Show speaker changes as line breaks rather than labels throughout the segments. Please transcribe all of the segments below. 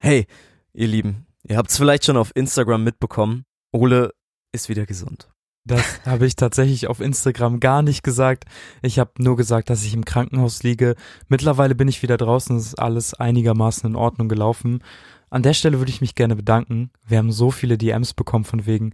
Hey, ihr Lieben, ihr habt es vielleicht schon auf Instagram mitbekommen. Ole ist wieder gesund.
Das habe ich tatsächlich auf Instagram gar nicht gesagt. Ich habe nur gesagt, dass ich im Krankenhaus liege. Mittlerweile bin ich wieder draußen, es ist alles einigermaßen in Ordnung gelaufen. An der Stelle würde ich mich gerne bedanken. Wir haben so viele DMs bekommen von wegen.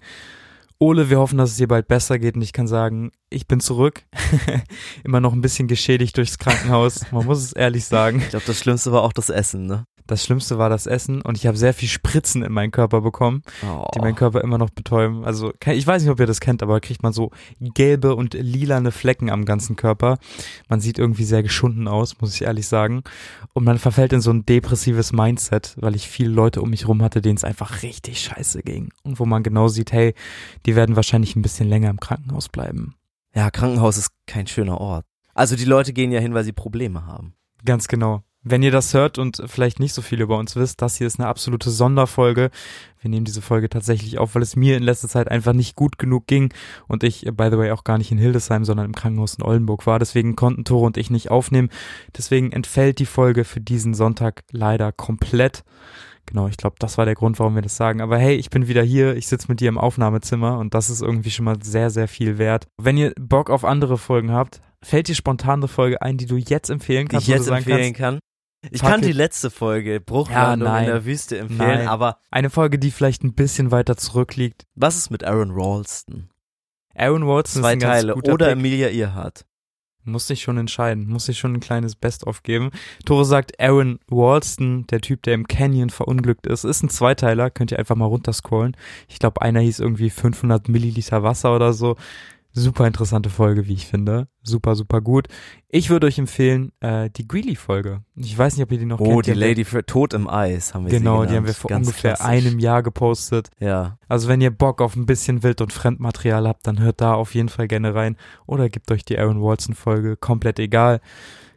Ole, wir hoffen, dass es dir bald besser geht und ich kann sagen, ich bin zurück. Immer noch ein bisschen geschädigt durchs Krankenhaus. Man muss es ehrlich sagen.
Ich glaube, das Schlimmste war auch das Essen, ne?
Das Schlimmste war das Essen und ich habe sehr viel Spritzen in meinen Körper bekommen,
Oh.
die meinen Körper immer noch betäuben. Also ke- ich weiß nicht, ob ihr das kennt, aber kriegt man so gelbe und lilane Flecken am ganzen Körper. Man sieht irgendwie sehr geschunden aus, muss ich ehrlich sagen. Und man verfällt in so ein depressives Mindset, weil ich viele Leute um mich rum hatte, denen es einfach richtig scheiße ging. Und wo man genau sieht, hey, die werden wahrscheinlich ein bisschen länger im Krankenhaus bleiben.
Ja, Krankenhaus ist kein schöner Ort. Also die Leute gehen ja hin, weil sie Probleme haben.
Ganz genau. Wenn ihr das hört und vielleicht nicht so viel über uns wisst, das hier ist eine absolute Sonderfolge. Wir nehmen diese Folge tatsächlich auf, weil es mir in letzter Zeit einfach nicht gut genug ging und ich, äh, by the way, auch gar nicht in Hildesheim, sondern im Krankenhaus in Oldenburg war. Deswegen konnten Tore und ich nicht aufnehmen. Deswegen entfällt die Folge für diesen Sonntag leider komplett. Genau, ich glaube, das war der Grund, warum wir das sagen. Aber hey, ich bin wieder hier, ich sitze mit dir im Aufnahmezimmer und das ist irgendwie schon mal sehr, sehr viel wert. Wenn ihr Bock auf andere Folgen habt, fällt dir spontan eine Folge ein, die du jetzt empfehlen
Die
kannst?
ich
wo du
jetzt
sagen kannst,
empfehlen kann. Ich
Fuck
kann die
it.
letzte Folge Bruchlandung
Ja, nein.
in der Wüste empfehlen,
Nein.
aber
Eine Folge, die vielleicht ein bisschen weiter zurückliegt.
was ist mit Aaron Ralston?
Aaron Watson
Zwei
ist ein ganz
Teile
guter
oder
Pick.
Emilia Earhart.
Muss sich schon entscheiden, muss sich schon ein kleines Best-of geben. Tore sagt, Aaron Walston, der Typ, der im Canyon verunglückt ist, ist ein Zweiteiler, könnt ihr einfach mal runterscrollen. Ich glaube, einer hieß irgendwie 500 Milliliter Wasser oder so. Super interessante Folge, wie ich finde. Super, super gut. Ich würde euch empfehlen, äh, die Greeley-Folge. Ich weiß nicht, ob ihr die noch
Oh,
kennt.
die
haben wir-
Lady für Tod im Eis haben wir
Genau,
sie genannt.
die haben wir vor
Ganz
ungefähr
klassisch.
einem Jahr gepostet.
Ja.
Also wenn ihr Bock auf ein bisschen Wild- und Fremdmaterial habt, dann hört da auf jeden Fall gerne rein oder gebt euch die Aaron Watson-Folge, komplett egal.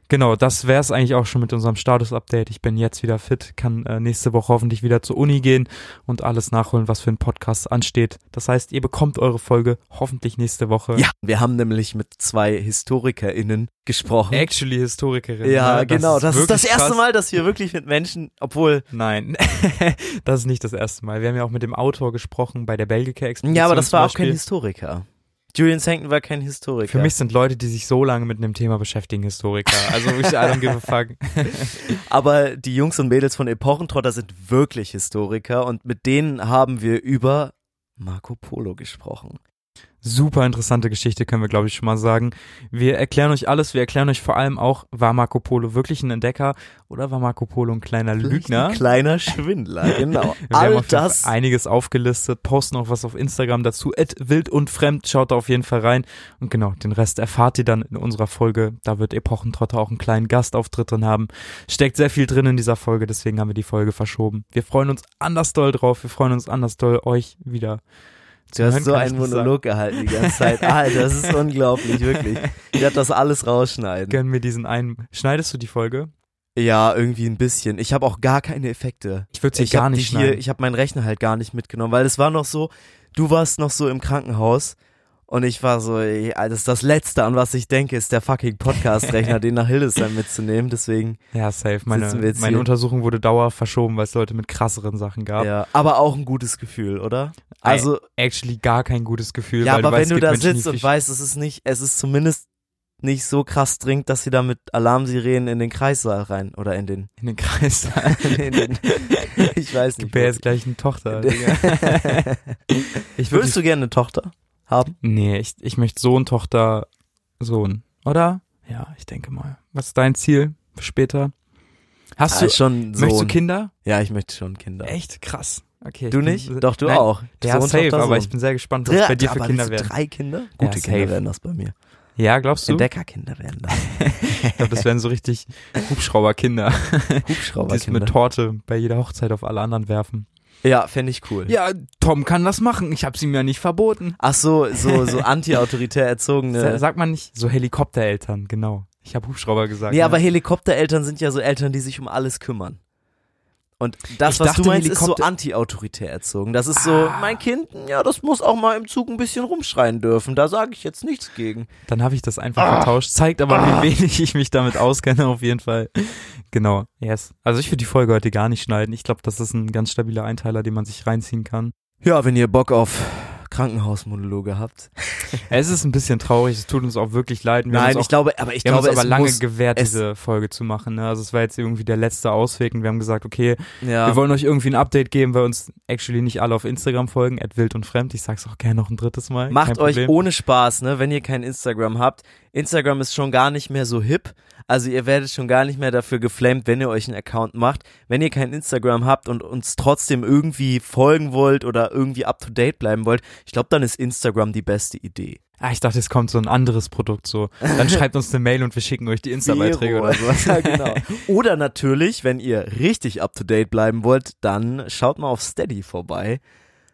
Genau, das wäre es eigentlich auch schon mit unserem Status-Update. Ich bin jetzt wieder fit, kann äh, nächste Woche hoffentlich wieder zur Uni gehen und alles nachholen, was für ein Podcast ansteht. Das heißt, ihr bekommt eure Folge hoffentlich nächste Woche.
Ja, wir haben nämlich mit zwei HistorikerInnen gesprochen.
Actually Historikerin.
Ja,
ne?
genau. Das ist das
wirklich
erste
krass.
Mal, dass wir wirklich mit Menschen, obwohl.
Nein, das ist nicht das erste Mal. Wir haben ja auch mit dem Autor gesprochen bei der Belgica Expedition.
Ja, aber das
zum
war auch kein
Beispiel.
Historiker. Julian Sankton war kein Historiker.
Für mich sind Leute, die sich so lange mit einem Thema beschäftigen, Historiker. Also ich I don't give a fuck.
Aber die Jungs und Mädels von Epochentrotter sind wirklich Historiker und mit denen haben wir über Marco Polo gesprochen.
Super interessante Geschichte, können wir, glaube ich, schon mal sagen. Wir erklären euch alles, wir erklären euch vor allem auch, war Marco Polo wirklich ein Entdecker oder war Marco Polo ein kleiner
Vielleicht
Lügner?
Ein kleiner Schwindler, genau.
Wir haben
All
auf jeden Fall
das.
einiges aufgelistet, posten auch was auf Instagram dazu, wild und fremd, schaut da auf jeden Fall rein. Und genau, den Rest erfahrt ihr dann in unserer Folge. Da wird Epochentrotter auch einen kleinen Gastauftritt drin haben. Steckt sehr viel drin in dieser Folge, deswegen haben wir die Folge verschoben. Wir freuen uns anders doll drauf, wir freuen uns anders doll, euch wieder.
Du hast
Hören
so
kann ich
einen
nicht sagen.
Monolog gehalten die ganze Zeit. Alter, das ist unglaublich, wirklich. Ich werde das alles rausschneiden.
Gönn mir diesen einen. Schneidest du die Folge?
Ja, irgendwie ein bisschen. Ich habe auch gar keine Effekte.
Ich würde sie
ich
gar
hab die
nicht
hier,
schneiden.
ich habe meinen Rechner halt gar nicht mitgenommen, weil es war noch so, du warst noch so im Krankenhaus und ich war so, ey, das ist das Letzte, an was ich denke, ist der fucking Podcast-Rechner, den nach Hildesheim mitzunehmen, deswegen,
ja, safe. Meine,
Sitzen wir jetzt
meine
hier.
Untersuchung wurde dauer verschoben, weil es Leute mit krasseren Sachen gab.
ja. Aber auch ein gutes Gefühl, oder? Also,
Actually gar kein gutes Gefühl.
ja,
weil
aber
du weißt,
wenn du
es gibt
da
Menschen, die
sitzt und
viel
weißt, es ist nicht, es ist zumindest nicht so krass dringend, dass sie da mit Alarmsirenen in den Kreissaal rein oder in den,
in den Kreis.
in den ich weiß nicht.
Bär ist gleich eine Tochter. Digga. Ich würd
Würdest du gerne eine Tochter haben?
mich- Nee, ich, ich möchte Sohn, Tochter, Sohn. Oder? Ja, ich denke mal. Was ist dein Ziel für später? Hast
Ah,
du,
schon
möchtest du
Sohn.
Kinder?
Ja, ich möchte schon Kinder.
Echt krass. Okay. ich
Du
bin-
nicht? Doch, du
Nein,
auch.
Ja,
Sohn,
safe,
Tochter,
aber
Sohn.
ich bin sehr gespannt, was
Drei,
bei dir für
aber
Kinder
willst du
werden.
Drei Kinder? Gute
safe.
Kinder werden das bei mir.
Ja, glaubst du? Ich
Entdeckerkinder werden das.
glaube, das wären so richtig Hubschrauberkinder, die es mit
Hubschrauberkinder.
Torte bei jeder Hochzeit auf alle anderen werfen.
Ja, fände ich cool.
Ja, Tom kann das machen. Ich hab's ihm ja nicht verboten.
Ach so, so, so anti-autoritär erzogene.
Sa- Sagt man nicht so Helikoptereltern, genau. Ich habe Hubschrauber gesagt.
Nee,
ne?
aber Helikoptereltern sind ja so Eltern, die sich um alles kümmern. Und das,
Ich
was
dachte,
du meinst, ist so
Helikopter- Ah.
anti-autoritär erzogen. Das ist so, mein Kind, ja, das muss auch mal im Zug ein bisschen rumschreien dürfen. Da sage ich jetzt nichts gegen.
Dann habe ich das einfach
Ah.
vertauscht. Zeigt aber, wie wenig ich mich damit auskenne, auf jeden Fall. Genau. Yes. Also ich würde die Folge heute gar nicht schneiden. Ich glaube, das ist ein ganz stabiler Einteiler, den man sich reinziehen kann.
Ja, wenn ihr Bock auf Krankenhausmonologe habt.
Es ist ein bisschen traurig. Es tut uns auch wirklich leid. Wir haben
Nein,
uns
ich glaube, aber ich
Wir
glaube,
haben uns aber
es
lange
muss,
gewehrt,
es-
diese Folge zu machen. Ne? Also es war jetzt irgendwie der letzte Ausweg und wir haben gesagt, okay,
ja.
wir wollen euch irgendwie ein Update geben, weil uns actually nicht alle auf Instagram folgen, at wild und fremd. Ich sag's auch gerne noch ein drittes Mal.
Macht
kein
euch
Problem.
ohne Spaß, ne, wenn ihr kein Instagram habt. Instagram ist schon gar nicht mehr so hip. Also ihr werdet schon gar nicht mehr dafür geflamed, wenn ihr euch einen Account macht. Wenn ihr kein Instagram habt und uns trotzdem irgendwie folgen wollt oder irgendwie up to date bleiben wollt, ich glaube, dann ist Instagram die beste Idee.
Ah, ich dachte, es kommt so ein anderes Produkt so. Dann schreibt uns eine Mail und wir schicken euch die Insta-Beiträge
Vero
oder
oder so. ja, genau. Oder natürlich, wenn ihr richtig up to date bleiben wollt, dann schaut mal auf Steady vorbei.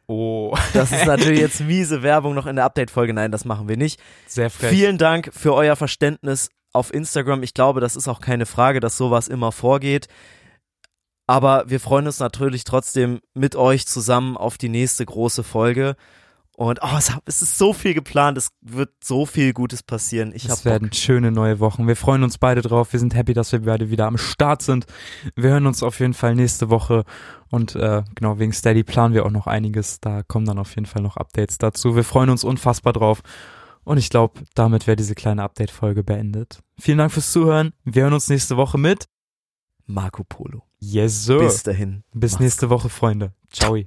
Oh,
Das ist natürlich jetzt miese Werbung noch in der Update Folge. Nein, das machen wir nicht.
sehr frech.
Vielen Dank für euer Verständnis auf Instagram. Ich glaube, das ist auch keine Frage, dass sowas immer vorgeht. Aber wir freuen uns natürlich trotzdem mit euch zusammen auf die nächste große Folge. Und oh, es hab- es ist so viel geplant, es wird so viel Gutes passieren. Ich
Es
habe
werden schöne neue Wochen. Wir freuen uns beide drauf. Wir sind happy, dass wir beide wieder am Start sind. Wir hören uns auf jeden Fall nächste Woche. Und äh, genau, wegen Steady planen wir auch noch einiges. Da kommen dann auf jeden Fall noch Updates dazu. Wir freuen uns unfassbar drauf. Und ich glaube, damit wäre diese kleine Update-Folge beendet. Vielen Dank fürs Zuhören. Wir hören uns nächste Woche mit.
Marco Polo.
Yes, sir.
Bis
Bis,
dahin.
Bis
Mach's
nächste Woche, Freunde. Ciao.